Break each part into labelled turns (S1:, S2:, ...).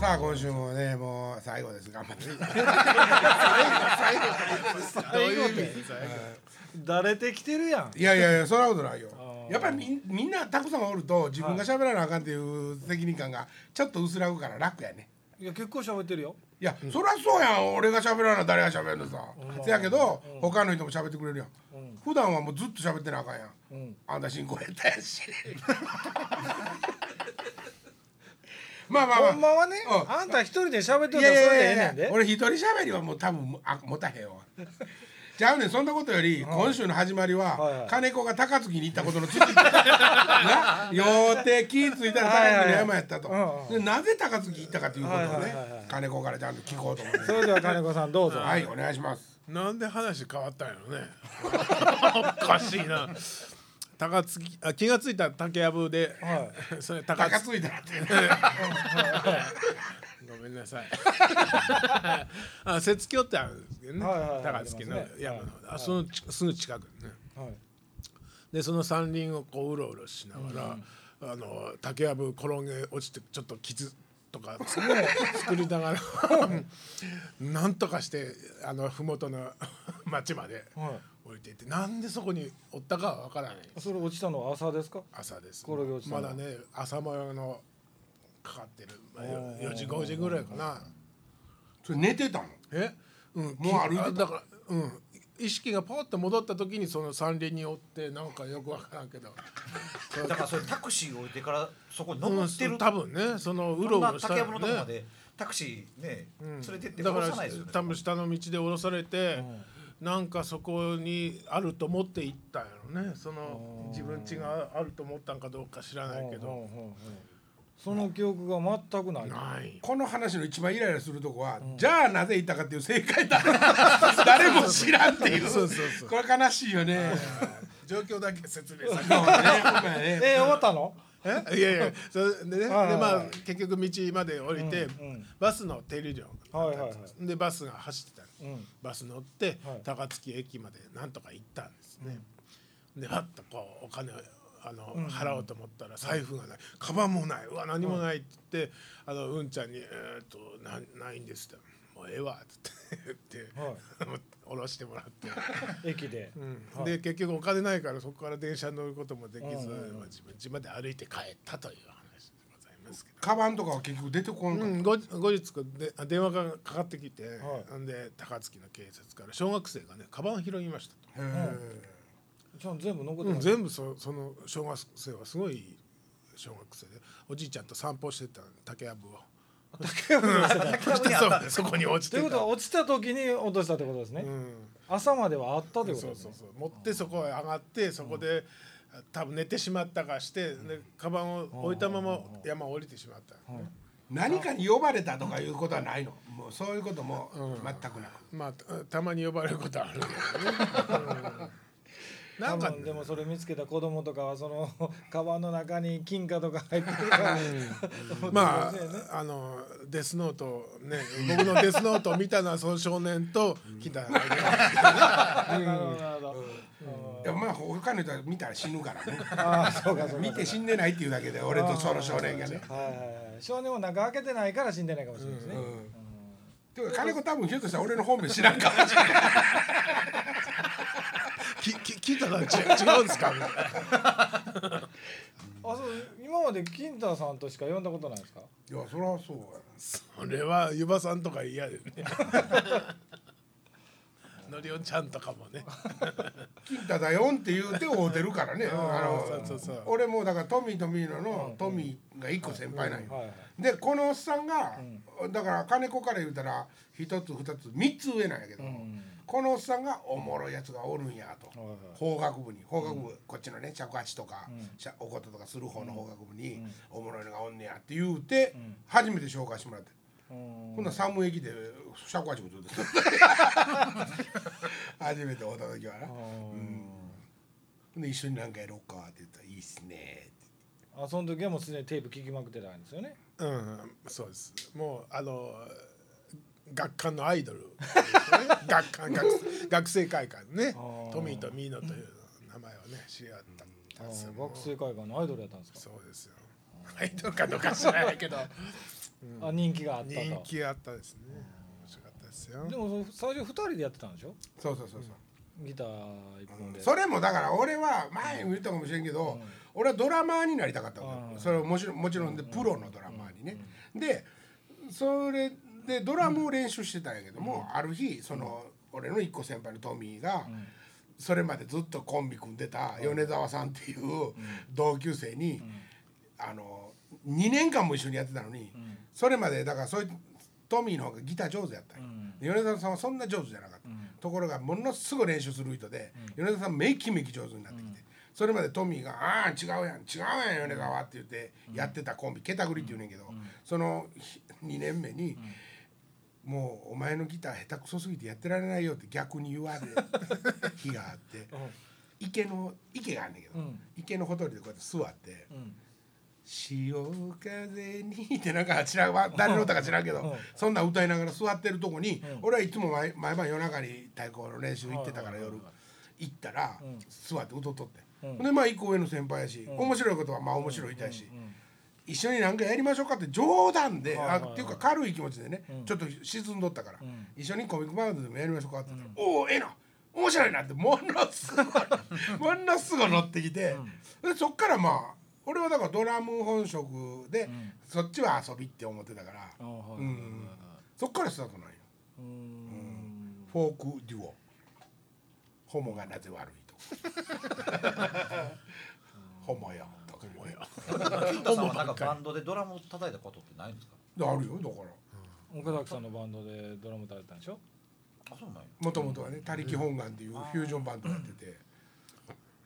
S1: さあ今週もねもう最後です頑張って
S2: どういう意味だれてきてるやん
S1: いやいやいやそんなことないよ
S2: あー
S1: やっぱりみんみんなたくさんおると自分が喋らなあかんっていう責任感がちょっと薄らぐから楽やね
S2: いや結構喋ってるよ
S1: いや、そりゃそうやん俺が喋らな誰が喋るのさ、せやけど、他の人も喋ってくれるやん、普段はもうずっと喋ってなあかんやん、
S2: ん
S1: あんた進行やったや しまあまあまあ
S2: ほんまはね
S1: うん
S2: あんた一人で喋って
S1: い
S2: るのそれでえ
S1: や
S2: え
S1: い
S2: ね
S1: や
S2: ん
S1: いや
S2: で
S1: 俺一人喋りはもう多分あ持たへんわ ちゃうねんそんなことより、今週の始まりは、
S2: はいはい
S1: 金子が高槻に行ったことのつい な予定気ぃついたら高槻の山やったと、
S2: はいはいはいう
S1: で
S2: ん
S1: なぜ高槻行ったかということをね、
S2: はいはいはいはい
S1: 金子からちゃんと聞こうと思って
S2: それでは金子さんどうぞ
S1: はいお願いします
S3: なんで話変わったんやろね おかしいな高槻あ気がついたら竹やぶで、
S2: は
S3: それ高
S1: 高
S3: 槻
S1: 槻だって
S3: ごめんなさい あ雪橋ってあるんですけどね、
S2: はいはいはい
S3: 高槻の
S2: ありますね
S3: 山の、
S2: はい
S3: あそのちすぐ近くにね
S2: はい
S3: でその山林をこううろうろしながら、あの竹やぶ転げ落ちてちょっと傷とか作りながら なんとかしてあの麓の 町まで
S2: は
S3: 降りていって、なんでそこにおったかは分からない
S2: それ落ちたのは朝ですか
S3: 朝です、
S2: 転げ落ちた
S3: ま
S2: の
S3: だね朝模様のかかってる、まあ、
S2: おー
S3: 4時5時ぐらいかな。
S1: それ寝てたの
S3: え、うん、
S1: もう歩いてた
S3: あだから、うん、意識がポッと戻った時にその山林におってなんかよくわからんけどそう
S4: だからそれタクシー置いてからそこに
S3: う
S4: 登
S3: ん
S4: ってる
S3: 多分ねそのう
S4: こ
S3: ろ
S4: ん
S3: う
S4: な
S3: ろした
S4: 竹やぶ
S3: よ
S4: のとこま
S3: ね
S4: でタクシーね連れてって
S3: だ
S4: 降
S3: からら
S4: さないですよね
S3: 多分下の道で降ろされて、なんかそこにあると思って行ったんやろねその自分家があると思ったんかどうか知らないけ
S2: うんう
S3: ど
S2: んうんうんその記憶が全くない
S3: ない
S1: この話の一番イライラするとこは、じゃあなぜ行ったかっていう正解 だ誰も知らんっていう
S3: そうそうそう
S1: これ悲しいよね
S3: 状況だけ説明さ
S1: そうねほんまやね
S2: えー終わったの
S3: えい やいやそれでねで
S2: はいはい
S3: まあ結局道まで降りて、
S2: うんうん
S3: バスの停留所
S2: はいはいはい
S3: でバスが走ってたの、
S2: うん
S3: バス乗って、
S2: はい
S3: 高槻駅までなんとか行ったんですね、でわっとこうお金をあの、払おうと思ったら財布がないカバンもないうわ何もないって言って、あのうんちゃんに「えーっとなないんです」って「もうええわ」って 言って言
S2: は
S3: って、下ろしてもらって。
S2: 駅で
S3: うんで結局お金ないからそこから電車に乗ることもできず、まあ自分家まで歩いて帰ったという話でございますけど。
S1: カバンとかは結局出てこんか
S3: う
S1: った、
S3: ん、後後日であ電話がかかってきて、
S2: はい
S3: なんで高槻の警察から小学生がねカバン拾いましたと、
S1: へー
S2: ちゃん全部残って
S3: う
S2: ま
S3: ん
S2: す
S3: 全部そその小学生はすごい小学生でおじいちゃんと散歩してた竹やぶを
S4: 竹やぶにあ っ
S3: そ
S4: たん
S3: う
S4: です
S3: そこに落 ち
S2: とい
S3: て
S2: う
S3: た
S2: ことは落ちた時に落としたってことですね
S3: うん
S2: 朝まではあったということ
S3: そう
S2: です
S3: そ
S2: ね
S3: うそう持ってそこへ上がってそこで多分寝てしまったかしてでカバンを置いたまま山を降りてしまったのね
S1: 何かに呼ばれたとかいうことはないのもうそういうことも全くなく、
S3: まあたたまに呼ばれること はあるけどねうんな
S2: 多
S3: んか
S2: 分でもそれ見つけた子供とかはその カバンの中に金貨とか入ってるから
S3: まああのデスノートね僕のデスノートを見たのはその少年と来た
S2: なるほどなるほど
S1: いやまあ他の人は見たら死ぬからね
S2: ああそうかそうか
S1: 見て死んでないっていうだけで俺とその少年がね
S2: はいはいはい少年も中開けてないから死んでないかもしれないですね
S1: てか金子多分ひょっとしたら俺の本名知らんかもしれない
S3: きき聞いたのは違違うんですか
S2: あそう今まで金太さんとしか呼んだことないですか
S1: いやそりゃそうや
S3: それは湯葉さんとか 嫌でねのりおちゃんとかもね
S1: 金太だよんって言うて会うてるからねあの
S3: そうそうそう
S1: 俺もだからトミーとミーノのトミーが一個先輩なんよ、
S2: はいはい
S1: でこのおっさんが、だから金子から言うたら一つ二つ三つ上なんやけど、このおっさんがおもろいやつがおるんやと、
S2: はいはい
S1: 法学部に法学部、こっちのね尺八とか、しゃおこととかする方の法学部に、おもろいのがおんねやって言うて、初めて紹介してもらって。
S2: うん
S1: こんな寒い駅で尺八もずっと 初めて会うた時はな、うん、で一緒になんかやろうかって言ったら「いいっすね」って
S2: あその時はもうすでにテープ聞きまくってたんですよね
S3: うんそうですもうあの学館のアイドルですね学館学生学生会館ね
S2: ー
S3: トミーとミーノという名前をね知り合ったんですよ
S2: あ学生会館のアイドルやったんですか
S3: そうですよアイドルかどうか知らないけど
S2: あ人気があったと
S3: 人気あったですね面白かったですよ
S2: でもその最初二人でやってたんでしょ
S1: そうそうそうそう、
S2: ギター一本で、
S1: それもだから俺は前に言ったかもしれんけど、俺はドラマーになりたかったわけ、
S2: うん
S1: それはもちろんもちろんでプロのドラマーにね、でそれでドラムを練習してたんやけども、ある日その、俺の一個先輩のトミーが、それまでずっとコンビ組んでた米沢さんっていう同級生に、あの2年間も一緒にやってたのに、それまでだからそういうトミーの方がギター上手やったんよ、米沢さんはそんな上手じゃなかった、ところがものすごい練習する人で、米沢さんめきめき上手になってきて、それまでトミーが「ああ違うやん違うやん米沢」って言ってやってたコンビ「ケタグリ」って言うねんけど、その2年目に、もうお前のギター下手くそすぎてやってられないよ」って逆に言われ る日があって池の池があんねんけど、
S2: うん
S1: 池のほとりでこうやって座って。
S2: うん
S1: 潮風にってなんか知らんわ誰の歌か知らんけ
S2: うん
S1: どそんなん歌いながら座ってるとこに
S2: うん
S1: 俺はいつも毎毎晩夜中に太鼓の練習行ってたから夜行ったら
S2: うん
S1: 座って歌っとって
S2: うん
S1: ほんでまあ一個上の先輩やし
S2: ん
S1: 面白いことはまあ面白いたいし
S2: うんうん
S1: 一緒になんかやりましょうかって冗談で
S2: はいは
S1: あ
S2: いはい
S1: っていうか軽い気持ちでね
S2: うん
S1: ちょっと沈んどったから
S2: うん
S1: 一緒にコミックバンドでもやりましょうかって言ったらおおええな面白いなってものすごい ものすごい乗ってきて、でそっからまあ俺はだからドラム本職で、
S2: ん
S1: そっちは遊びって思ってたから、
S2: あはいはいはいはい
S1: うんそっからスタートなんよ
S2: うーん
S1: フォークデュオホモがなぜ悪い とかホモよとか
S3: おや
S4: 金太さんはなんかバンドでドラムを叩いたことってないんですか
S1: であるよだから
S2: 岡崎さんのバンドでドラム叩いてたんでしょ
S4: あそうなんや
S1: もともとはね「他力本願」っていうフュージョンバンドやってて、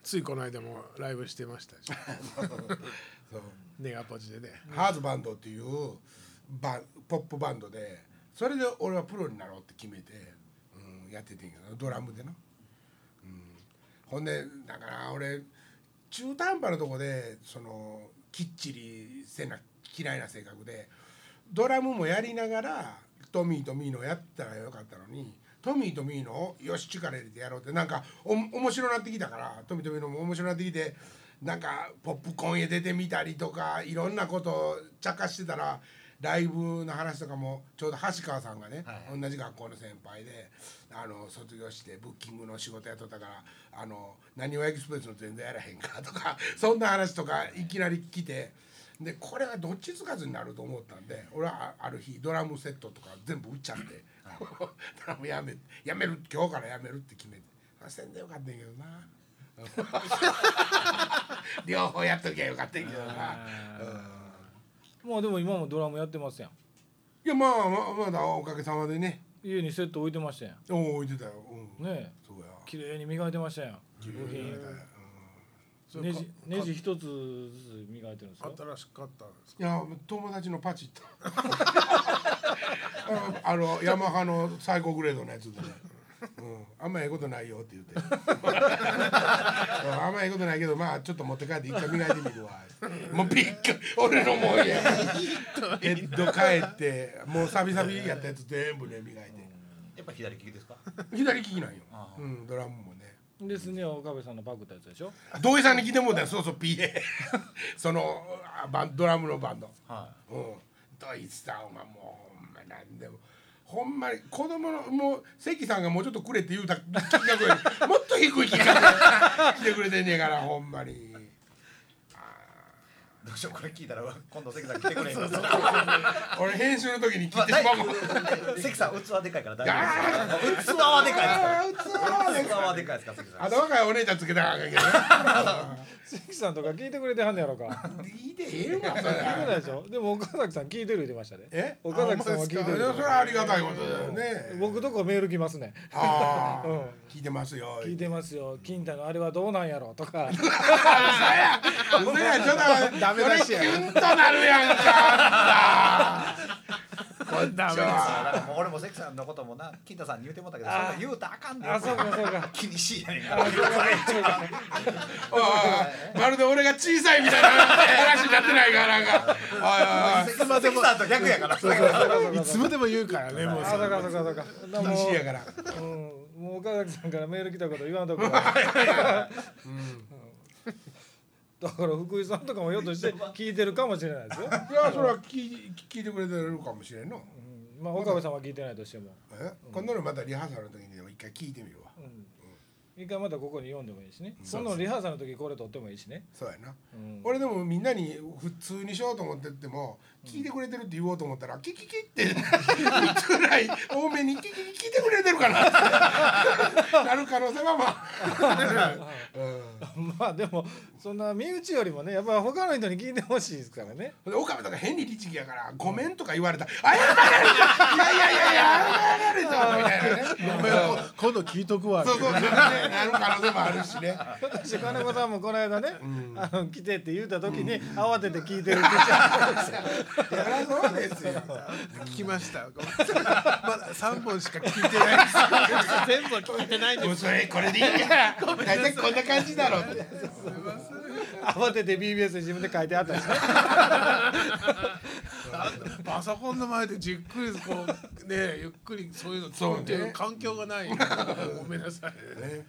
S3: ついこの間もライブしてましたし
S1: そう
S3: ネガポジでね
S1: ハーズバンドっていうバンポップバンドでそれで俺はプロになろうって決めて、うん、やっててんけどドラムでな、うん、ほんでだから俺中途半端なとこでそのきっちりせな嫌いな性格でドラムもやりながらトミーとミーノやったらよかったのにトミーとミーノをよし力入れてやろうってなんかお面白なってきたからトミーとミーノも面白なってきてなんかポップコーンへ出てみたりとかいろんなことを茶化してたらライブの話とかもちょうど橋川さんがね、同じ学校の先輩であの卒業してブッキングの仕事やっとったからあの何をエキスプレスの全然やらへんかとかそんな話とかいきなり来てでこれはどっちつかずになると思ったんで俺はあある日ドラムセットとか全部売っちゃって ドラムやめやめる今日からやめるって決めてあせんでよかったんやけどな。両方やっときゃよかったんやけどな。うん
S2: まあでも今もドラムやってますやん
S1: いやまあまあまだおかげさまでね
S2: 家にセット置いてましたやん
S1: おお置いてたよ、うん、
S2: ねえ
S1: そうや
S2: 綺麗に磨いてましたやん
S1: 綺麗にやったよ
S3: それ
S2: ネ
S3: か
S2: ジネジ一つずつ磨いてるんですよ
S3: 新しかったんです
S1: い
S3: か
S1: や友達のパチ ッとあのあのヤマハの最高グレードのやつでね、うん、あんまええことないよって言って、うんあんまええことないけどまあちょっと持って帰って一回磨いてみるわもうびっくり俺のもんやヘッド帰ってもうサビサビやったやつ全部ね磨いて
S4: やっぱ左利きですか
S1: 左利きなんよ
S4: あ、あ
S1: うん、ドラムもね
S2: でスネア岡部さんのパクったやつでしょ
S1: 土井さんに聞いてもうたよそうそう PA そのあバンドラムのバンド
S4: は
S1: うん土井さんはもうほんまなんでもほんまに子供のもう関さんがもうちょっとくれって言うた金額よりもっと低い金 額来てくれてんねやからほんまに
S4: いどうしようこれ聞いたらうわ今度関さん来てくれへんから
S1: 俺編集の時に聞
S4: ま
S1: い
S4: あ
S1: てしまうもん
S4: 大関さん器でかいから大丈夫ですよ器はでかいですか
S1: あー器は
S4: ら
S1: ね
S4: 器はでかいですから関さん
S1: あと若いお姉ちゃんつけたらあかんけどね
S2: 関さんとか聞いてくれてはんねやろか
S1: いいでええわそれ
S2: 聞いてないでしょでも岡崎さん聞いてる言ってましたね
S1: え
S2: 岡崎さんは聞いて
S1: そ
S2: る
S1: れはありがたいことだよね
S2: 僕とこメール来ますね
S1: ああ、
S2: うん
S1: 聞いてますよ
S2: 聞いてますよ金太のあれはどうなんやろとか
S1: 嘘やんちょっと
S2: ダメ出しや
S1: それキュンとなるやんかあんたこっち
S3: ダメで
S1: は
S4: だからもう俺も関さんのこともな金太さんに言うてもったけどそんな言うたらあかんで
S2: あそうかそうか
S4: 気に しいやねんから
S1: おいおいおいまるで俺が小さいみたいな話になってないからなんかおい
S4: 関さんと逆やから
S3: いつまでも言うからねもう
S2: あ
S3: そ
S2: そう
S3: れ
S2: かそうかそうかだか
S1: おいお
S2: らも
S1: い
S2: う
S1: 西やから
S2: うんもう岡崎さんからメール来たこと言わんとこうんだから福井さんとかもひょっとして聞いてるかもしれないですよ、
S1: いやそれは聞い聞いてくれてるかもしれんの、
S2: うんまあ岡部さんは聞いてないとしても、
S1: え今度のまたリハーサルの時にでも一回聞いてみるわ
S2: うん一回またここに読んでもいいしね、そのリハーサルの時これ撮ってもいいしね、
S1: そうやな
S2: うん
S1: 俺でもみんなに普通にしようと思ってっても聞いてくれてるって言おうと思ったら「キキキ」って 三つぐらい多めに「キキキ聞いてくれてるかな」ってなる可能性 はまあ、うん
S2: まあでもそんな身内よりもねやっぱ他の人に聞いてほしいですからね
S1: ほんで岡部とか変に律儀やから「ごめん」とか言われたら「あやばれるいやいやいやいや謝られた」みたいなね。
S3: ごめん今 今度聞いとくわ
S1: そうそうそうねなる可能性もあるしね。
S2: 私金子さんもこの間ね、あの来てって言った時に慌てて聞いてるって言っちゃったんですよ
S1: いやそうですよ。
S3: 聞きましたごめんなさ いまだ三本しか聞いてないです
S5: 全部聞いてないんで
S1: もうそれこれでいいや。大体こんな感じだろうって。
S2: 慌てて BBS に自分で書いてあったんですね
S3: パソコンの前でじっくりこうね ゆっくりそういうの
S1: そう
S3: 聞
S1: ね
S3: いてる環境がない、ごめんなさい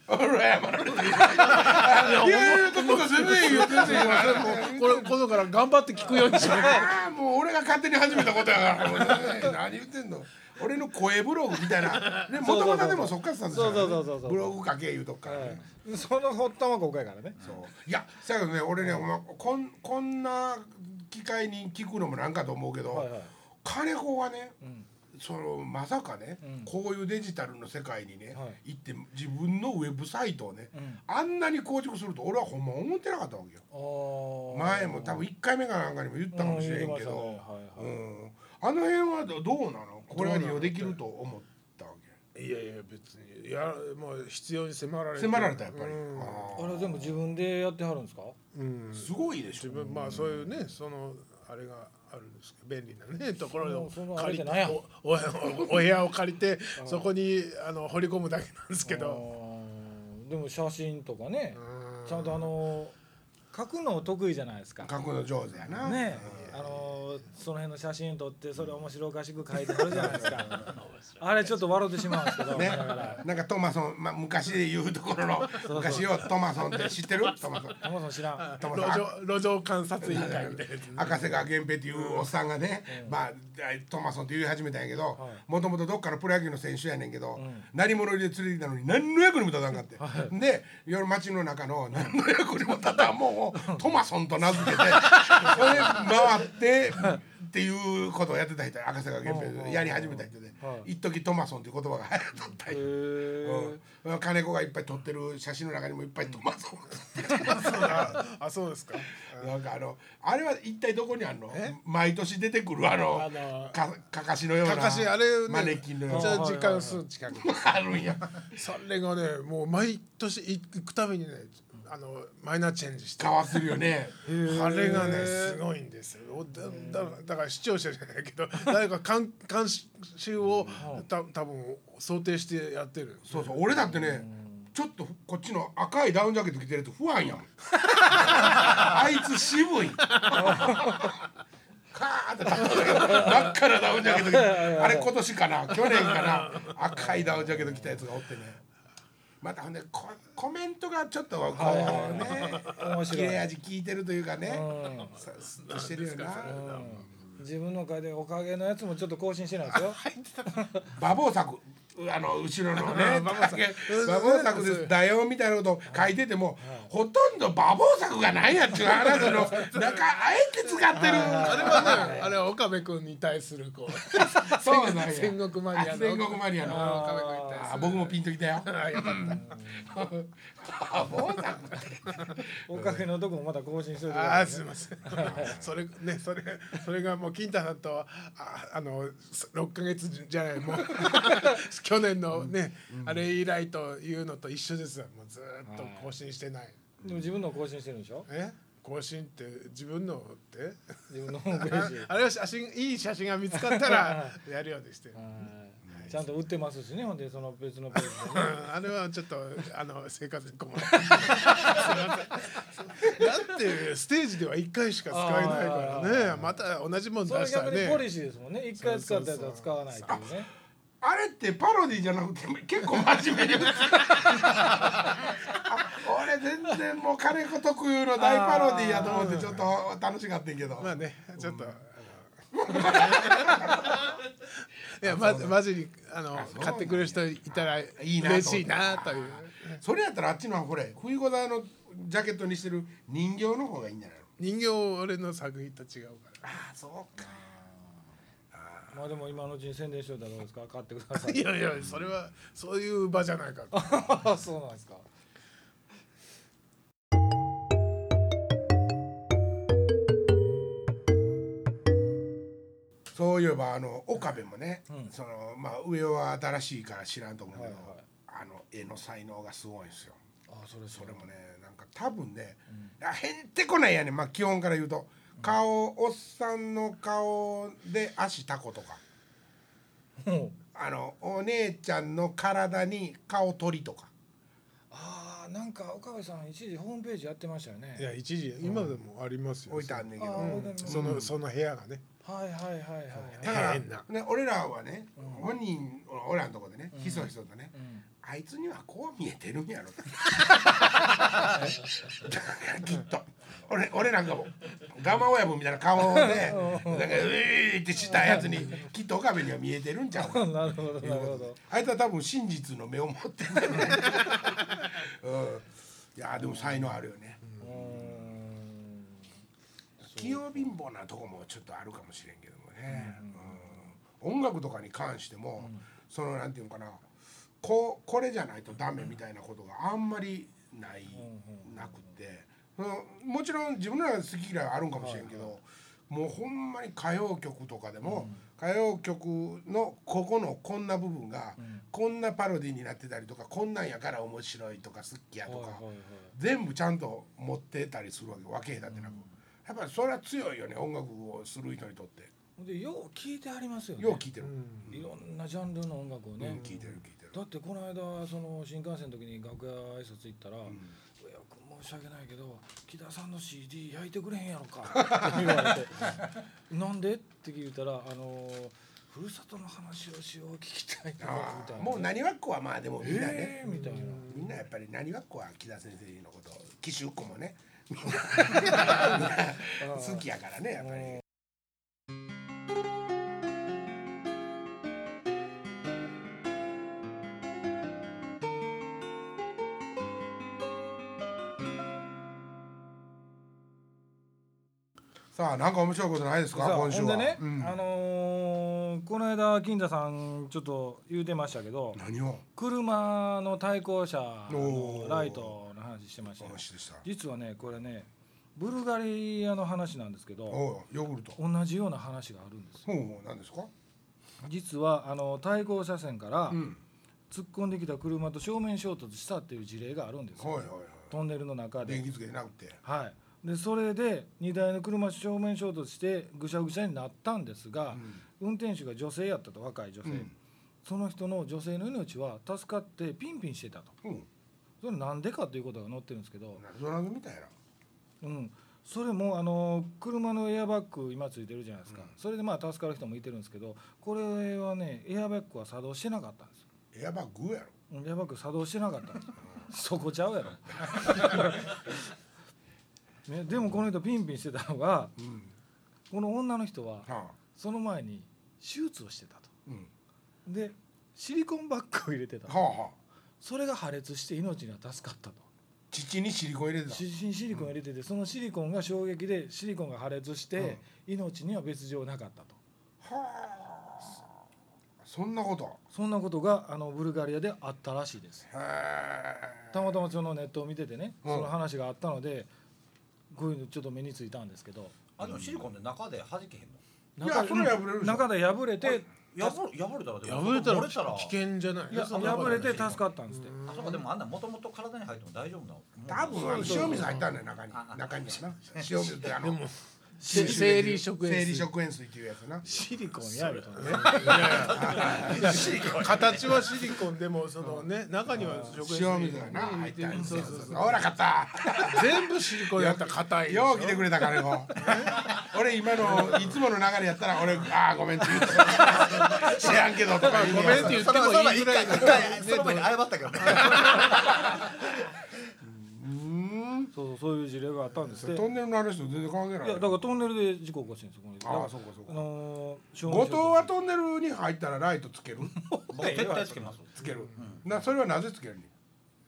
S1: 俺謝られてる。いやいやともかく全然いいよ全然いいよ。
S3: これ今度から頑張って聞くようにしよう
S1: ああもう俺が勝手に始めたことやから。もうね何言ってんの。俺の声ブログみたいな。ね元々でもそっからスタートしたからね。
S2: そうそうそうそう
S1: ブログ書け言うとくからね。
S2: うんその発端はここやからね
S1: そういやせやけどね俺ね、ほんまこんこんな機会に聞くのもなんかと思うけど、
S2: はいはい
S1: 金子はね、そのまさかね、こういうデジタルの世界にね、
S2: は
S1: 行って自分のウェブサイトをね、
S2: ん
S1: あんなに構築すると俺はほんま思ってなかったわけよ。前も多分1回目かなんかにも言ったかもしれんけど、
S2: うん言ってましたねはいは
S1: うん、あの辺はどどうなのこれは利用できると思ったわ
S3: いやいや別にいやもう必要に迫られ
S1: け
S3: て
S1: 迫られたやっぱり、
S3: うん
S1: あ
S2: あ
S1: ー
S2: れ全部自分でやってはるんですか
S3: うん
S1: すごいでし
S3: 自
S1: ょ
S3: 分まあそういうねそのあれがあるんですけど便利なねところを
S2: その
S3: 借り
S2: そのあれっ
S3: て
S2: て
S3: おおおお 部屋を借りてそこにあの掘り込むだけなんですけ
S2: あ
S3: ど
S2: ーでも写真とかね
S3: うん
S2: ちゃんとあの書くの得意じゃないですか
S1: 書くの上手やな。
S2: ねあのその辺の写真撮ってそれ面白おかしく書いてあるじゃないですか あれちょっと笑ってしまうんですけど
S1: ね
S2: だから、
S1: なんかトマソン、まあ、昔で言うところの昔よトマソンって知ってるトマソン
S2: タモさん知らん
S1: トマ
S3: 路
S1: ソンあ
S3: 上路上観察委員会みたいなやつね
S1: 赤瀬川源平っていうおっさんがね、まあトマソンって言い始めたんやけどもともとどっかのプロ野球の選手やねんけど、何者入りで連れてきたのに何の役にも立たんか って、で夜街の中の何の役にも立たんもんをトマソンと名付け てそれで回ってっていうことをやってた人や赤瀬川源平でやり始めた人で一時トマソンっていう言葉が流行っとったんようん、金子がいっぱい撮ってる写真の中にもいっぱいトマソン
S3: あそうですか
S1: なんかあのあれは一体どこにあるの毎年出てくるあの
S3: あの
S1: かかかしのような
S3: かかしあれね
S1: マネキンのよう
S3: じゃ
S1: な
S3: あ時間数近く
S1: あるんや
S3: それがねもう毎年行くたびにねあのマイナーチェンジして
S1: 変わってるよね
S3: あれがねすごいんですよおだだだから視聴者じゃないけ ど誰か監監修をた多分想定してやってる
S1: そうそう俺だってねちょっとこっちの赤いダウンジャケット着てると不安 やもんあいつ渋いカーって立ってる真っ赤なダウンジャケット着てあれ今年かな去年かな赤いダウンジャケット着たやつがおってねまたほんでココメントがちょっとこうね
S2: 面
S1: 切
S2: 白い
S1: れ味効いてるというかねさスッとしてるよな
S2: 自分の会でおかげのやつもちょっと更新してないですよ。
S1: 馬防作あの後ろのね 馬防作
S3: うん
S1: 作ですだよみたいなことを書いててもほとんど馬防作がないやっちゅう話 の中あえて使ってる
S3: あれはねあれは岡部君に対するこう
S1: そうなんや
S3: 戦国マニアの
S1: あ戦国マニアの
S3: 岡部君に対す
S1: あ僕もピンときたよ
S3: るあよかっ
S1: 馬防作
S2: おかげのとこもまた更新しといてくだ
S3: た
S2: さ
S3: あ
S2: い
S3: ーすいませんそれねそれそれがもう金太さんとはああの6ヶ月じゃない もう去年のね、あれ以来というのと一緒ですよもうずーっと更新してない
S2: でも自分の更新してるんでしょ。
S3: え更新って自分のって
S2: 自分のホームペ ージ。
S3: あれは写真いい写真が見つかった らやるようにしてる。
S2: はいちゃんと売ってますしね。ほんでその別のページでね。
S3: あれはちょっとあの生活に困 る。すいませんだってステージでは一回しか使えないからね。また同じもん
S2: それ
S3: 出したら
S2: 逆にポ
S3: ね。
S2: リシーですもんね。一回使ったやつは使わないっていうね。
S1: あ れってパロディじゃなくて結構真面目にあ俺全然もう金子特有の大パロディやと思ってちょっと楽しかったんけど、
S3: まあねちょっと、あの いやまマジにあの
S1: そう
S3: 買ってくれる人いたらい
S1: い
S3: い
S1: な
S3: な
S1: と
S3: 嬉しいなという
S1: それやったらあっちのほれ冬子だのジャケットにしてる人形の方がいいんじゃないの
S3: 人形俺の作品と違うか
S1: あそうか
S2: まあでも今のうちに宣伝しといたらどうですか買ってくださ
S3: ら
S2: い
S3: いやいやそれはそういう場じゃないから
S2: そうなんですか
S1: そういえばあの岡部もね、
S2: うん
S1: そのまあ上は新しいから知らんと思うけど、
S2: はいはい
S1: あの絵の才能がすごいんですよ
S2: あそれそ
S1: そ
S2: れ
S1: れもねなんか多分ね、あへんてこないやねんまあ基本から言うと顔おっさんの顔で足タコとか
S2: うん
S1: あのお姉ちゃんの体に顔鳥とか
S2: ああなんか岡部さん一時ホームページやってましたよね
S3: いや一時今でもありますよ
S1: 置いてあんねんけど、
S2: あー置いてある
S3: そのその部屋がね
S2: はいはいはいはい
S1: だ
S2: はい
S1: から、
S3: 変な
S1: ね、俺らはね、本人俺らのとこでねひそひそとね、
S2: ん
S1: あいつにはこう見えてるんやろ きっと俺俺なんかもガマ親分みたいな顔でなん かうーってしたやつにきっと岡部には見えてるんちゃうか
S2: なるほどなるほど
S1: あいつは多分真実の目を持ってるんだよ ね、うん、いやーでも才能あるよね、
S2: うーん
S1: 器用貧乏なとこもちょっとあるかもしれんけどもね、うん音楽とかに関しても、そのなんていうのかなこうこれじゃないとダメみたいなことがあんまりない、なくて、うんもちろん自分らが好き嫌いはあるんかもしれんけど、もうほんまに歌謡曲とかでも、歌謡曲のここのこんな部分が、こんなパロディになってたりとかこんなんやから面白いとか好きやとか。
S2: はいはいはい
S1: 全部ちゃんと持ってたりするわけわけだってなく、やっぱりそれは強いよね音楽をする人にとって
S2: ほんでよう聞いてありますよね
S1: よう聞いてる、
S2: いろんなジャンルの音楽をね、
S1: うん聞いてる聞いてる
S2: だってこの間その新幹線の時に楽屋挨拶行ったら「上尾君申し訳ないけど木田さんの CD 焼いてくれへんやろか」って言 われて「なんで?」って聞いたら「あのふるさとの話をしよう聞きたいな」
S1: あ
S2: みたい
S1: あ
S2: な。
S1: もうなにわっこはまあでもみんな
S2: え
S1: ね、
S2: ー、みたいな。
S1: みんなやっぱりなにわっこは木田先生のこと紀州っ子も ねみんな好きやからねやっぱり。さあなんか面白いことないですか
S2: さあ
S1: 今週
S2: ほ
S1: は。
S2: んでね、
S1: うん
S2: あのーこの間金田さんちょっと言うてましたけど
S1: 何を
S2: 車の対向車
S1: お
S2: の
S1: ー
S2: ライトの話してました
S1: お
S2: よ
S1: 話でした。
S2: 実はねこれねブルガリアの話なんですけ
S1: お
S2: ど
S1: うヨーグルト。
S2: 同じような話があるんです
S1: ほ
S2: よ
S1: うほう何ですか。
S2: 実はあの対向車線から
S1: うん。
S2: 突っ込んできた車と正面衝突したっていう事例があるんです
S1: はい
S2: よ、
S1: はいは
S2: トンネルの中
S1: い。電
S2: で
S1: 気付けなくて。
S2: はいでそれで荷台の車と正面衝突してぐしゃぐしゃになったんですが、運転手が女性やったと若い女性、
S1: うん
S2: その人の女性の命は助かってピンピンしてたと
S1: うん。
S2: それなんでかということが載ってるんですけど、
S1: ドラムみたいな。
S2: うん、それもあの車のエアバッグ今ついてるじゃないですか、それでまあ助かる人もいてるんですけどこれはねエアバッグは作動してなかったんですよ
S1: エアバッグやろ。
S2: うんエアバッグ作動してなかったんですよそこちゃうや ろ、ね、でもこの人ピンピンしてたのが
S1: うん。
S2: この女の人は
S1: はあ。
S2: その前に手術をしてたと
S1: うん。
S2: でシリコンバッグを入れてた
S1: はあはあ。
S2: それが破裂して命には助かったと
S1: 父にシリコン入れてた。
S2: ししシリコン入れてて、そのシリコンが衝撃でシリコンが破裂して、命には別状なかったと
S1: はあ。そんなこと。
S2: そんなことがあのブルガリアであったらしいです
S1: へえ。
S2: たまたまそのネットを見ててね、
S1: うん
S2: その話があったのでこういうのちょっと目についたんですけど
S4: あでもシリコンって中で弾けへんの
S1: いやそれは破れるでしょ
S2: 中で破れて
S4: やぶ破れたらでも
S3: 破れたら
S4: 漏れたら
S3: 危険じゃない
S2: いや
S3: そんなこ
S2: 破
S3: とな
S2: れ
S3: い
S2: て助かったんですって
S4: あそうかでもあんなもともと体に入っても大丈夫なの
S1: 多分塩水入ったんだよ中に
S4: ああ
S1: 中にはな塩水ってあの
S3: せ生理食塩
S1: 生
S3: 水
S1: 理食塩水っていうやつな
S2: シリコンやるとね
S3: 形はシリコンでもそのね中には食
S1: 塩水がな入ったんですよほらかった
S3: 全部シリコンやったら硬いでし
S1: よ
S3: ょ
S1: う来てくれた金子俺今のいつもの流れやったら俺ああごめんって言う知らんけどとか言う
S3: ご
S1: の
S3: めん
S1: や
S3: っ
S1: つ
S3: て言って
S4: それは
S3: もいいぐらい
S4: 一回一回その前に謝ったけどね
S1: う
S2: そうそうそういう事例があったんですって
S1: トンネルの話と全然関係ない
S2: いやだからトンネルで事故起こしてるんですよこの人だ
S1: あ
S2: から
S1: あそうかそう
S2: あ
S1: か
S2: のー正面
S1: 後藤は
S2: 衝
S1: トンネルに入ったらライトつける
S4: 僕絶対つけます
S1: つける、なそれはなぜつけるの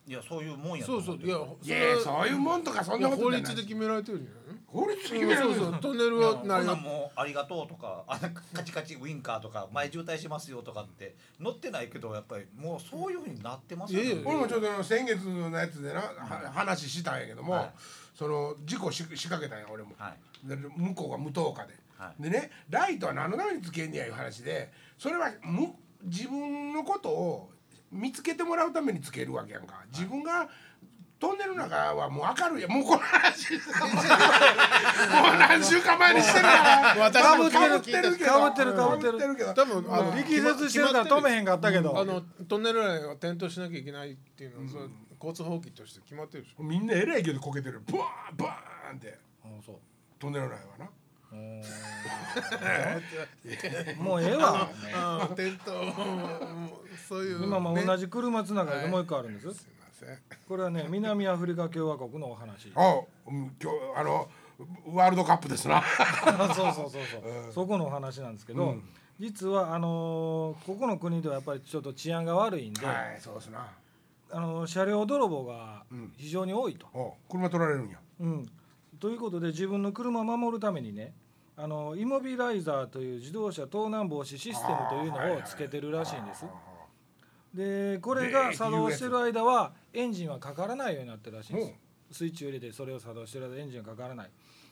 S4: いやそういうもんやと
S3: そう
S4: 思
S3: そう
S4: って
S3: いや
S1: いやいやそういうもんとかそん
S3: い
S1: な
S3: や
S1: こと
S3: 法
S1: じゃない
S3: 律で決められてるんじゃない
S1: 法律的
S3: い
S1: に
S3: や
S1: や
S3: そ
S1: る
S3: うそうトンネルは
S4: な
S3: なんり
S4: かもうありがとうとかあカチカチウインカーとか前渋滞しますよとかって乗ってないけどやっぱりもうそういうふうになってますよ
S3: いやい
S4: ね
S3: や
S1: 俺もちょっとあの先月のやつでな、は話したんやけども、
S4: はい
S1: その事故し仕掛けたんや俺も、
S4: はい
S1: で向こうが無灯火で、
S4: はい
S1: でねライトは何のためにつけんねやいう話でそれはむ自分のことを見つけてもらうためにつけるわけやんか自分がトンネルの中はもう明るいやもうこの話もう何週間前にしてるから
S3: 私
S1: かぶ
S3: も
S1: ってるけど
S2: かぶってるかぶってる
S1: かぶけど
S3: 多分あの
S2: 力説してるから止めへんかったけど、
S3: あのトンネル内は転倒しなきゃいけないっていうのは、それ交通法規として決まってるでしょ。
S1: みんなえらいけどこけてるブワーンブワーンって
S2: うんそう
S1: トンネル内はな。
S2: う ーんもうええわ
S3: ああ転倒もうそういう、
S2: 今も
S3: ね
S2: 同じ車つながりでもう一個あるんです、
S3: すいません。
S2: これはね南アフリカ共和国のお話
S1: あ、うん今日あのワールドカップですな。
S2: そうそうそうそう、そこのお話なんですけど、実はあのーここの国ではやっぱりちょっと治安が悪いんで、
S1: はい、そうですな。
S2: あのー車両泥棒が非常に多いと。
S1: お、車取られるんや。
S2: うん、ということで自分の車を守るためにねあのイモビライザーという自動車盗難防止システムというのをつけてるらしいんです。でこれが作動してる間はエンジンはかからないようになってるらしいんです。スイッチを入れてそれを作動してる間エンジンがかからない。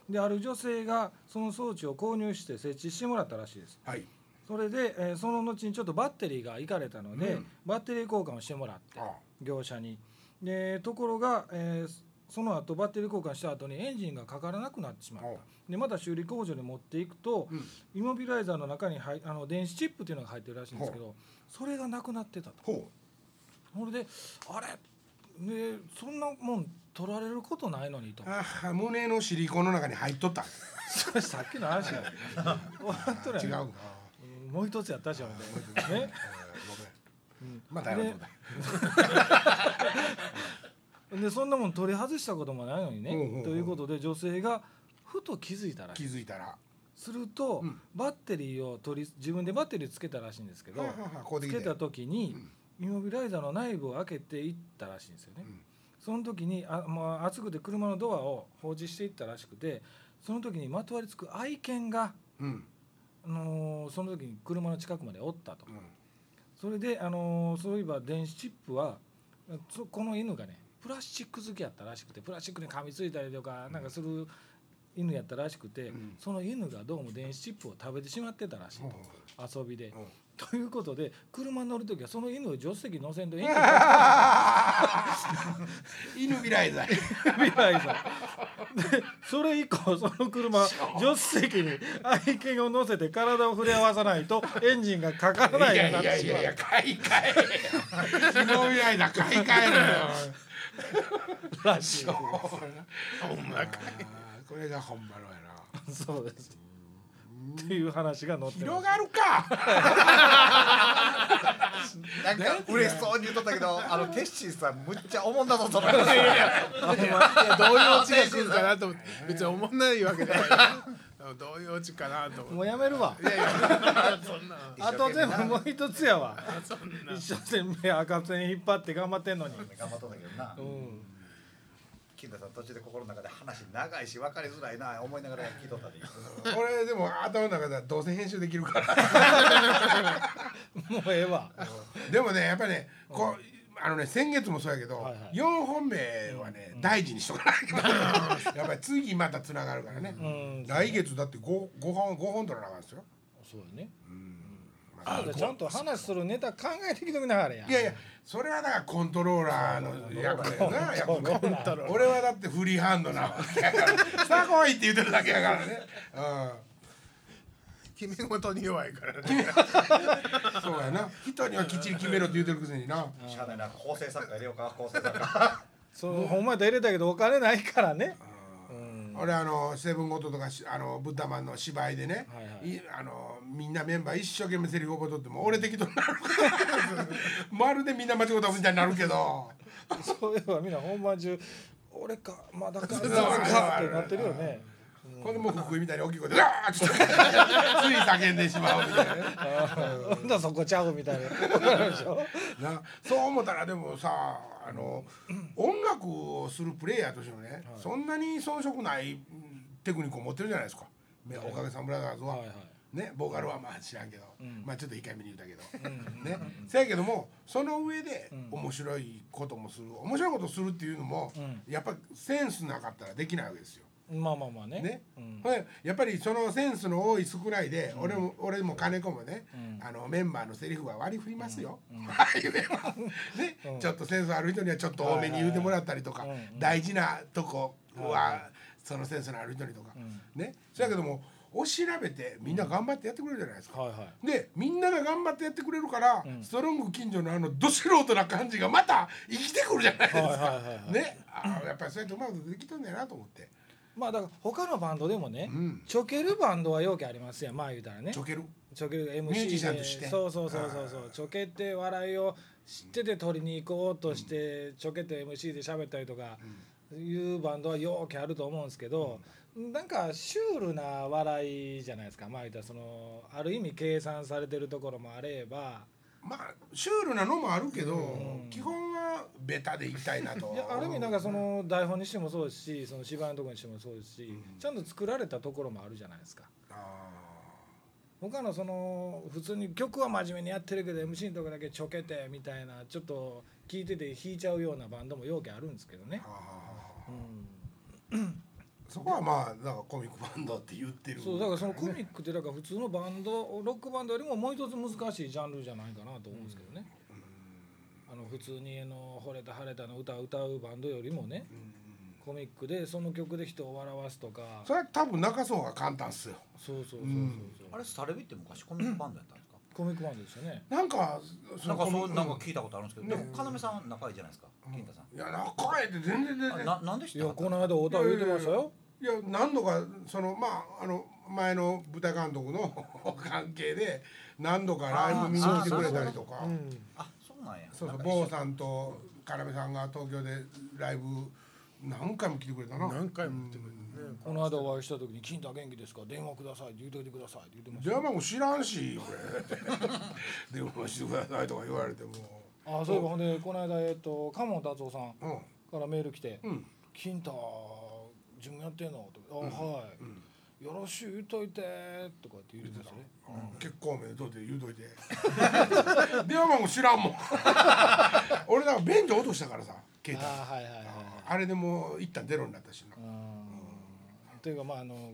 S2: である女性がその装置を購入して設置してもらったらしいです。
S1: はい。
S2: それで、えーその後にちょっとバッテリーがいかれたので、バッテリー交換をしてもらって
S1: ああ
S2: 業者にでところが、えーその後バッテリー交換した後にエンジンがかからなくなってしまった
S1: おう
S2: でまた修理工場に持っていくと、イモビライザーの中に入あの電子チップっていうのが入ってるらしいんですけどそれがなくなってたと
S1: ほ
S2: それであれねそんなもん取られることないのにと
S1: う。あー、胸のシリコンの中に入っとった。
S2: それ さっきの話や終わっとるやん
S1: 違う。あーご
S2: もう一つやったじゃん ね
S1: めん。またやろうと思っ
S2: でそんなもん取り外したこともないのにね、
S1: うんうんうん
S2: ということで女性がふと気づいたら
S1: た
S2: し
S1: 気
S2: い
S1: づいたら。
S2: すると、
S1: うん
S2: バッテリーを取り自分でバッテリーつけたらしいんですけど、
S1: はあはあはあこうで
S2: つ
S1: き
S2: け
S1: て
S2: た時に、イモビライザーの内部を開けていったらしいんですよね、
S1: うん
S2: その時にあ、まあ、暑くて車のドアを放置していったらしくてその時にまとわりつく愛犬が、
S1: うん。
S2: あのーその時に車の近くまでおった と、
S1: うん
S2: それで、あのーそういえば電子チップはそこの犬がねプラスチック好きやったらしくてプラスチックに噛みついたりとかなんかする犬やったらしくて、
S1: ん
S2: その犬がどうも電子チップを食べてしまってたらしいと、遊びで。
S1: うん
S2: ということで車に乗る時はその犬を助手席に乗せんといいん
S1: 犬嫌いだ。
S2: 未来さんでそれ以降その車助手席に愛犬を乗せて体を触れ合わさないとエンジンがかから
S1: いやい
S2: ないようになっ
S1: や
S2: てし
S1: い
S2: まう
S1: やいや、買い替え。犬嫌いだ、買い替えるよ。
S2: らしい
S1: どうもなあーこれが本場のやな。
S2: そうです。っていう話が載って
S1: 広
S2: ます。
S1: がるか。
S4: なんか嬉しそうに言っとったけどあのテッシーさんむっちゃおもんだぞそれ
S3: いやどういうオチが来るかなと思って別に思んないわけじゃないよどういうオチかなと思
S2: も
S3: っ
S2: うやめるわ。
S3: ていやいやそんな
S2: あと全部もう一つやわ。一生懸命赤線引っ張って頑張ってんのに。
S4: 頑張っとったけどな
S2: うん。
S4: 金田さん途中で心の中で話長いし分かりづらいな思いながら聞いとったで
S1: 俺でも頭の中ではどうせ編集できるから。
S2: もうええわ。
S1: でもねやっぱりねこうあのね先月もそうやけど、
S2: はいはい
S1: 四本目はね、大事にしとかないとやっぱり次またつながるからね、
S2: うん。
S1: 来月だって五五本五本取らなあかんですよ
S2: そうだね。うん。ちゃんと話するネタ考えてきてみながらや。
S1: いやいやそれはだからコントローラーの役だよな役目俺はだってフリーハンドなわけやからさあ来いって言ってるだけやからね、
S3: 決め事に弱いから
S1: う
S3: ね
S1: ん、そうやな人にはきっちり決めろって言ってるくせにな
S4: しゃあないな構成作家入れようか構成作家
S2: そうほんまやったら入れたけどお金ないからね。
S1: 俺あのセブンゴトとかしあのブッダマンの芝居でね、
S2: はいはい
S1: あのみんなメンバー一生懸命セリフ覚えとっても俺適当になるからまるでみんな間違うたみたいになるけど
S2: そういえばみんな本番中。俺かまだか
S1: そう
S2: かってなってるよね
S1: これも福井みたいに大きい声で「うわーっ!」つってつい叫んでしまうみたいなね
S2: ほんだらそこちゃうみた いな
S1: なそう思ったらでもさあの、音楽をするプレイヤーとしてのね、そんなに遜色ないうんテクニックを持ってるじゃないですか、ねおかげさんブラザーズは、
S2: はいはい
S1: ね、ボーカルはまあ知らんけど、まあちょっと控えめに言うたけど、ねせやけどもその上で面白いこともする面白いことするっていうのも、やっぱセンスなかったらできないわけですよ。
S2: まあまあまあね
S1: ね
S2: うん
S1: ほんでやっぱりそのセンスの多い少ないで、俺も俺も金子もね、あのメンバーのセリフは割り振りますよ、 はい言えばね、ちょっとセンスある人にはちょっと多めに言うてもらったりとか、大事なとこはそのセンスのある人にとか、ねそやけどもお調べてみんな頑張ってやってくれるじゃないですか。
S2: はいはい
S1: でみんなが頑張ってやってくれるから、ストロング近所のあのど素人な感じがまた生きてくるじゃないですか、
S2: はいはいはいはい
S1: ねあーやっぱりそうやってうまくできたんだよなと思って
S2: まあだから他のバンドでもね
S1: うん
S2: ちょけるバンドは要件ありますやんまあ言うたらね
S1: ちょける
S2: ちょける MC で
S1: ミュージシャンとして
S2: そうそうそうそうそうちょけて笑いを知ってて取りに行こうとして、ちょけて MC で喋ったりとか、いうバンドはようけあると思うんですけど、なんかシュールな笑いじゃないですかまあ言ったらそのある意味計算されてるところもあれば
S1: まあシュールなのもあるけど、基本はベタでいきたいなと
S2: いやある意味なんかその台本にしてもそうですしその芝居のところにしてもそうですし、ちゃんと作られたところもあるじゃないですか。
S1: あ
S2: 他のその普通に曲は真面目にやってるけど MC のとこだけちょけてみたいなちょっと聴いてて弾いちゃうようなバンドも要件あるんですけどね
S1: ー、あ
S2: う
S1: ー そこはまあなんかコミックバンドって言ってる
S2: ん、そうだからそのコミ
S1: ッ
S2: ックってだから普通のバンドロックバンドよりももう一つ難しいジャンルじゃないかなと思うんですけどね、あの普通にあの「惚れた晴れた」の歌を歌うバンドよりもねコミックでその曲で人を笑わすとか
S1: それは多分中層が簡単っすよ
S2: そうそうそうそう、
S4: あれサレビって昔コミックバンドやったんですか
S2: コミックバンドでしたね
S1: なんか
S4: なんか
S1: コミ
S4: そうなんか
S1: うん
S4: 聞いたことあるんですけど、でも要さん仲いいじゃないですか、金太さん。
S1: いや中へって全然全
S4: あ
S1: 然
S4: ななんで知っ
S2: い
S4: て
S2: や
S4: はった
S2: この間お歌言ってましたよ
S1: いや何度かそのまああの前の舞台監督の 関係で何度かライブ見に来てくれたりとか
S4: あそうなんや。
S1: そうそう
S4: なんか一緒
S1: 坊さんと要さんが東京でライブ何回も来てくれたな
S3: 何回も言ってくれてね
S2: この間お会いした時に「金太元気ですか電話ください」って言うといてくださいって言ってました
S1: 電話番号知らんし俺電話してくださいとか言われても
S2: あそういえばほんでこの間えっと鴨達夫さん
S1: うん
S2: からメール来て
S1: うん
S2: 「金太自分やってんの?」とか「あはい、よろしゅう言うといて」とかって言ってましたね
S1: 結婚おめでとうって言うといて電話番号知らんもん俺なんか便所落としたからさ携帯
S2: あーはいはいはいはい
S1: あれでもう一旦ゼロになったしな
S2: うんというかまああの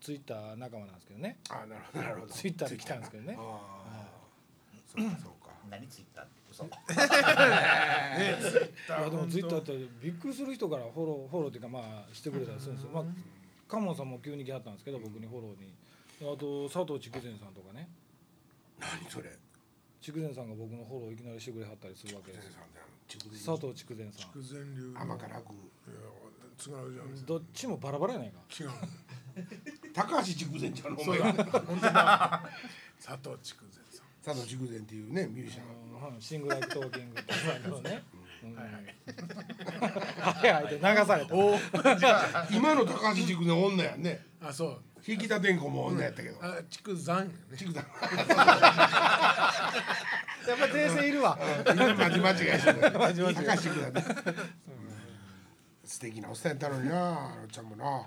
S2: ツイッター仲間なんですけどね
S1: あなるほどなるほど
S2: ツイッターで来たんですけどね
S1: あーそうかそうか
S4: 何ツイッターって嘘。
S2: いやでもツイッターってびっくりする人からフォローフォローっていうかまあしてくれたりするんですよまあカモンさんも急に来はったんですけど僕にフォローにあと佐藤筑前さんとかね
S1: 何それ
S2: 筑前さんが僕のフォローをいきなりしてくれはったりするわけで
S1: 先
S2: すよ
S1: 生さんだよ
S2: 佐藤筑前さ
S3: 筑前流の
S1: 天からく
S3: いや違うじゃん
S2: んどっちもバラバラやないか
S3: 違う
S1: 高橋筑前ちゃんのお前
S3: 佐藤筑前さん
S1: 佐藤筑前っていうねミュージシャン
S2: うんシングルライクトーキングっていうのねうんはいはいで流された
S1: 今の高橋塾の女やんね
S3: あそう
S1: 引田天子も女やったけど
S3: あ筑前やね
S1: 塾だ
S2: やっぱ訂正いるわ
S1: 今間違えた高橋塾だね素敵なおっさんやったのになあのちゃんもな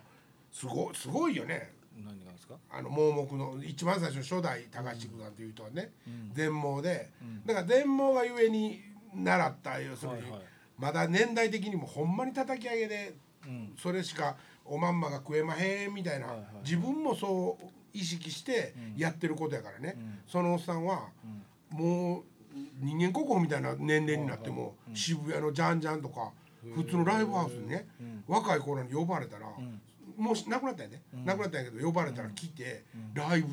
S1: すごすごいよね
S2: 何がですか
S1: あの盲目の一番最初初代高橋塾なんていう人はね全盲でだから全盲がゆえに習った要するに
S2: はいはい
S1: まだ年代的にもほんまに叩き上げで
S2: うん
S1: それしかおまんまが食えまへんみたいな、
S2: はいはいはい
S1: 自分もそう意識してやってることやからね、そのおっさんは、もう人間国宝みたいな年齢になっても、渋谷のジャンジャンとか普通のライブハウスにね、若い頃に呼ばれたら、もう亡くなったんやね、亡くなったんやけど呼ばれたら来て、ライブ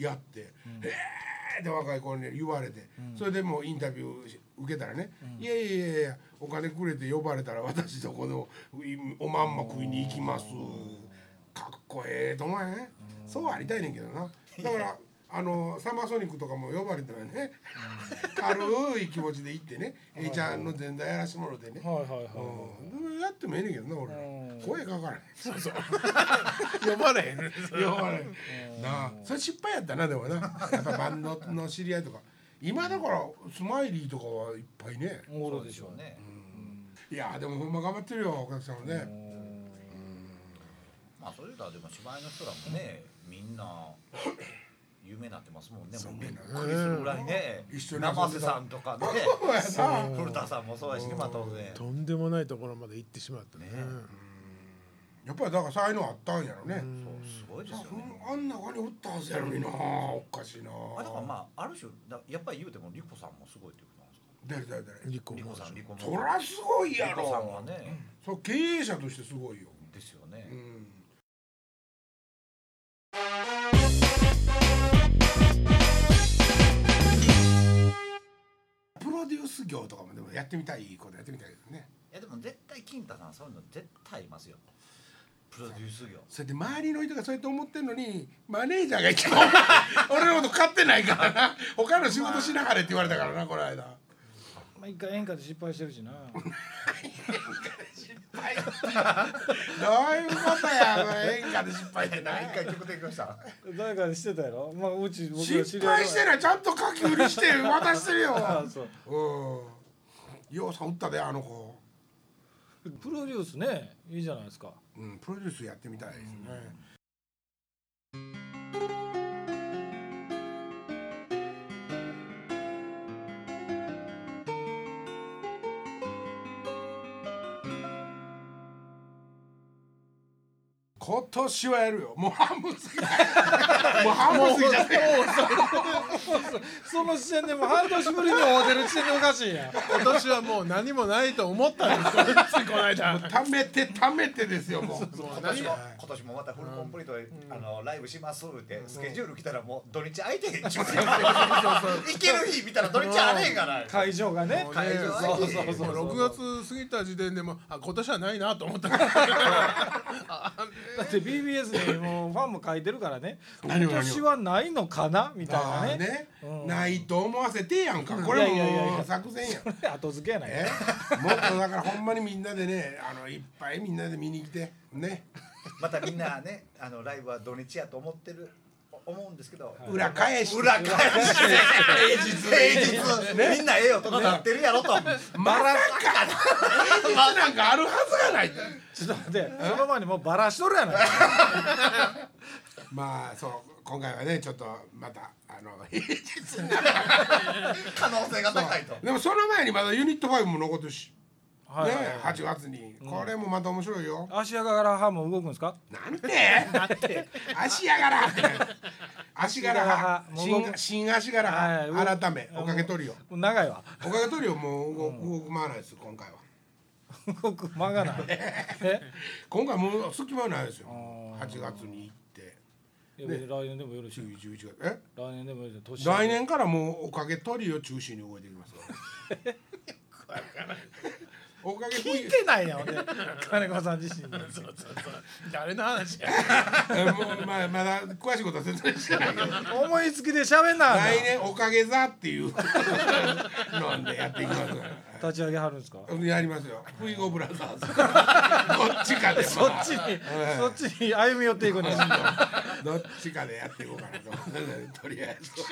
S1: やって、えーって若い子に言われて、それでもうインタビューし受けたらね「いやいやいやいやお金くれて呼ばれたら私どこでもいおまんま食いに行 きます」かっこええと思うね、そうありたいねんけどなだからあのサマーソニックとかも呼ばれたらね軽い気持ちで行ってね A ちゃんの前座やらしてもろてね、
S2: はいはいは
S1: うん、やってもええねんけどな俺ら
S2: うん
S1: 声かからへん
S3: 呼ばれへんねん
S1: 呼ばれへんなあそれ失敗やったなでもなやっぱバンドの知り合いとか今だからスマイリーとかはいっぱいね
S2: い。おるでしょうね。
S4: ね。
S1: いやでもほんま頑張ってるよお客さんも ね
S4: まあそれらでも芝居の人らもね、みんな有名になってますもんね。もうびっくりするぐらいね。
S1: 一緒に遊んでた
S4: 生瀬さんとかね、
S1: そうやな
S4: 古田さんもそうやし、まあ当然。
S3: とんでもないところまで行ってしまったね
S4: ね
S1: やっぱりだから才能あったんやろね
S4: そうすごいですよ
S1: そん
S4: ね。
S1: あん中におったはずやのになおかしいな
S4: あだからまあある種だやっぱり言うてもリコさんもすごいっていうことなんですか。
S1: 誰誰誰
S3: リコ
S4: リコさんリコも。
S1: そりゃすごい
S4: リ
S1: や
S4: コさん
S1: ろ
S4: はね、
S1: そう経営者としてすごいよ
S4: ですよね。
S1: うんプロデュース業とかもでもやってみたいことやってみたいけどね
S4: いやでも絶対金太さんそういうの絶対いますよ。プロデュース業。
S1: それで周りの人がそうやって思ってるのにマネージャーが一番 俺のこと買ってないからな他の仕事しながらって言われたからなこの間
S2: まあ一回演歌で失敗してるしな。
S1: はいどういうことやこれ演歌で失敗ってない
S4: 回曲提供した。
S2: 誰かでしてたやろ。まあうち僕が
S1: 失敗してないちゃんと書き売りして渡してるよ
S2: ああそう。
S1: うんようさん打ったであの子
S2: プロデュースねいいじゃないです か。
S1: うんプロデュースやってみたいですね今年はやるよもう半分過ぎたもう半分過ぎちゃって
S2: その時点でもう半年ぶりに会うてる時点でおかしいやん。
S3: 今年はもう何もないと思ったんですよこの間
S1: 貯めて貯めてですよもう
S3: そう
S4: 今年も今年もまたフルコンプリートで、あのライブしますって、スケジュール来たらもう土日空いてへんしますよ行ける日見たら土日あれへんから
S2: 会場がね。
S4: 会場
S3: そ
S4: 空
S3: う
S4: いて
S3: そう
S4: へん
S3: そう
S2: そう
S3: 6月過ぎた時点でもうあ今年はないなと思ったから
S2: だって BBS にもうファンも書いてるから ね。今
S1: 何を何を
S2: 年はないのかなみたい
S1: まあ
S2: なね。
S1: ね、
S2: うん
S1: ないと思わせてやんかこれ
S2: いやいやいやい
S1: も
S2: や
S1: 作戦やん
S2: 後付けやないか
S1: え。もっとだからほんまにみんなでねあのいっぱいみんなで見に来てね
S4: またみんなねあのライブは土日やと思ってる思うんですけど、
S1: 裏返して
S4: 裏返して平日平日みんなええよとなってるやろと
S1: まさか平日なんかあるはずがない
S2: ちょっと待って、その前にもうバラしとるやないか。
S1: まあそう今回はねちょっとまたあの平日に
S4: 可能性が高いと
S1: でもその前にまだユニット5も残ってるし、
S2: はいはい
S1: ね8月に、これもまた面白いよ
S2: 足やから歯も動くんですか。
S1: なんて足やがらって足柄派新
S2: 足柄派
S1: 新足柄
S2: はい
S1: 派改めおかげトリオ
S2: もう長いわ。
S1: おかげトリオもう動動くまわないです今回は
S2: 動く間がない。え
S1: 今回もう隙間ないですよ
S2: あー
S1: 8月に行って
S2: いや別に来年でもよろしい。
S1: 10 11月え
S2: 来年でもよろしい。年
S1: 来年からもうおかげトリオ中心に動いていきますからおかげ
S2: 聞
S1: 冬
S2: いてないやん、 俺。金子さん自身 に。
S3: 誰の話や
S1: えもうまあまだ詳しいことは説明してないけど
S2: 思いつきで喋んなあかん。
S1: 来年おかげ座っていうのでやっていきますから。
S2: 立ち上げはるんですか。
S1: やりますよ。フイゴブラザーズ。どっちかで、
S2: そ
S1: ま
S2: っ
S1: あ
S2: ちに、そっちに歩み寄っていく んです。
S1: どっちかでやっていこうかなと思って。とりあえず。
S3: こ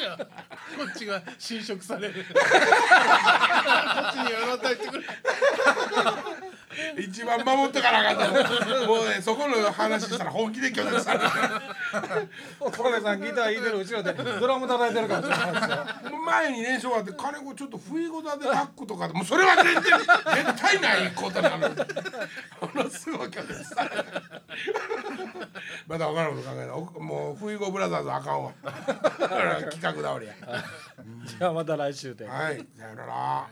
S3: っちが侵食され るこっちに寄ろうとしてくれ
S1: 一番守ってからあかんと思う。もうね、そこの話したら本気で拒絶される。
S2: 岡部さんギター弾いてる後ろで、ドラム叩いてるから。
S1: 前に練習終わって、金子ちょっとフイゴ座でタックとかでもうそれは全然、絶対ないことなのに。ものすごい拒絶される。まだ分からんこと考えないお。もうフイゴブラザーズはあかんわ。企画倒れや。
S2: じゃあ、また来週で。
S1: はい、さよなら。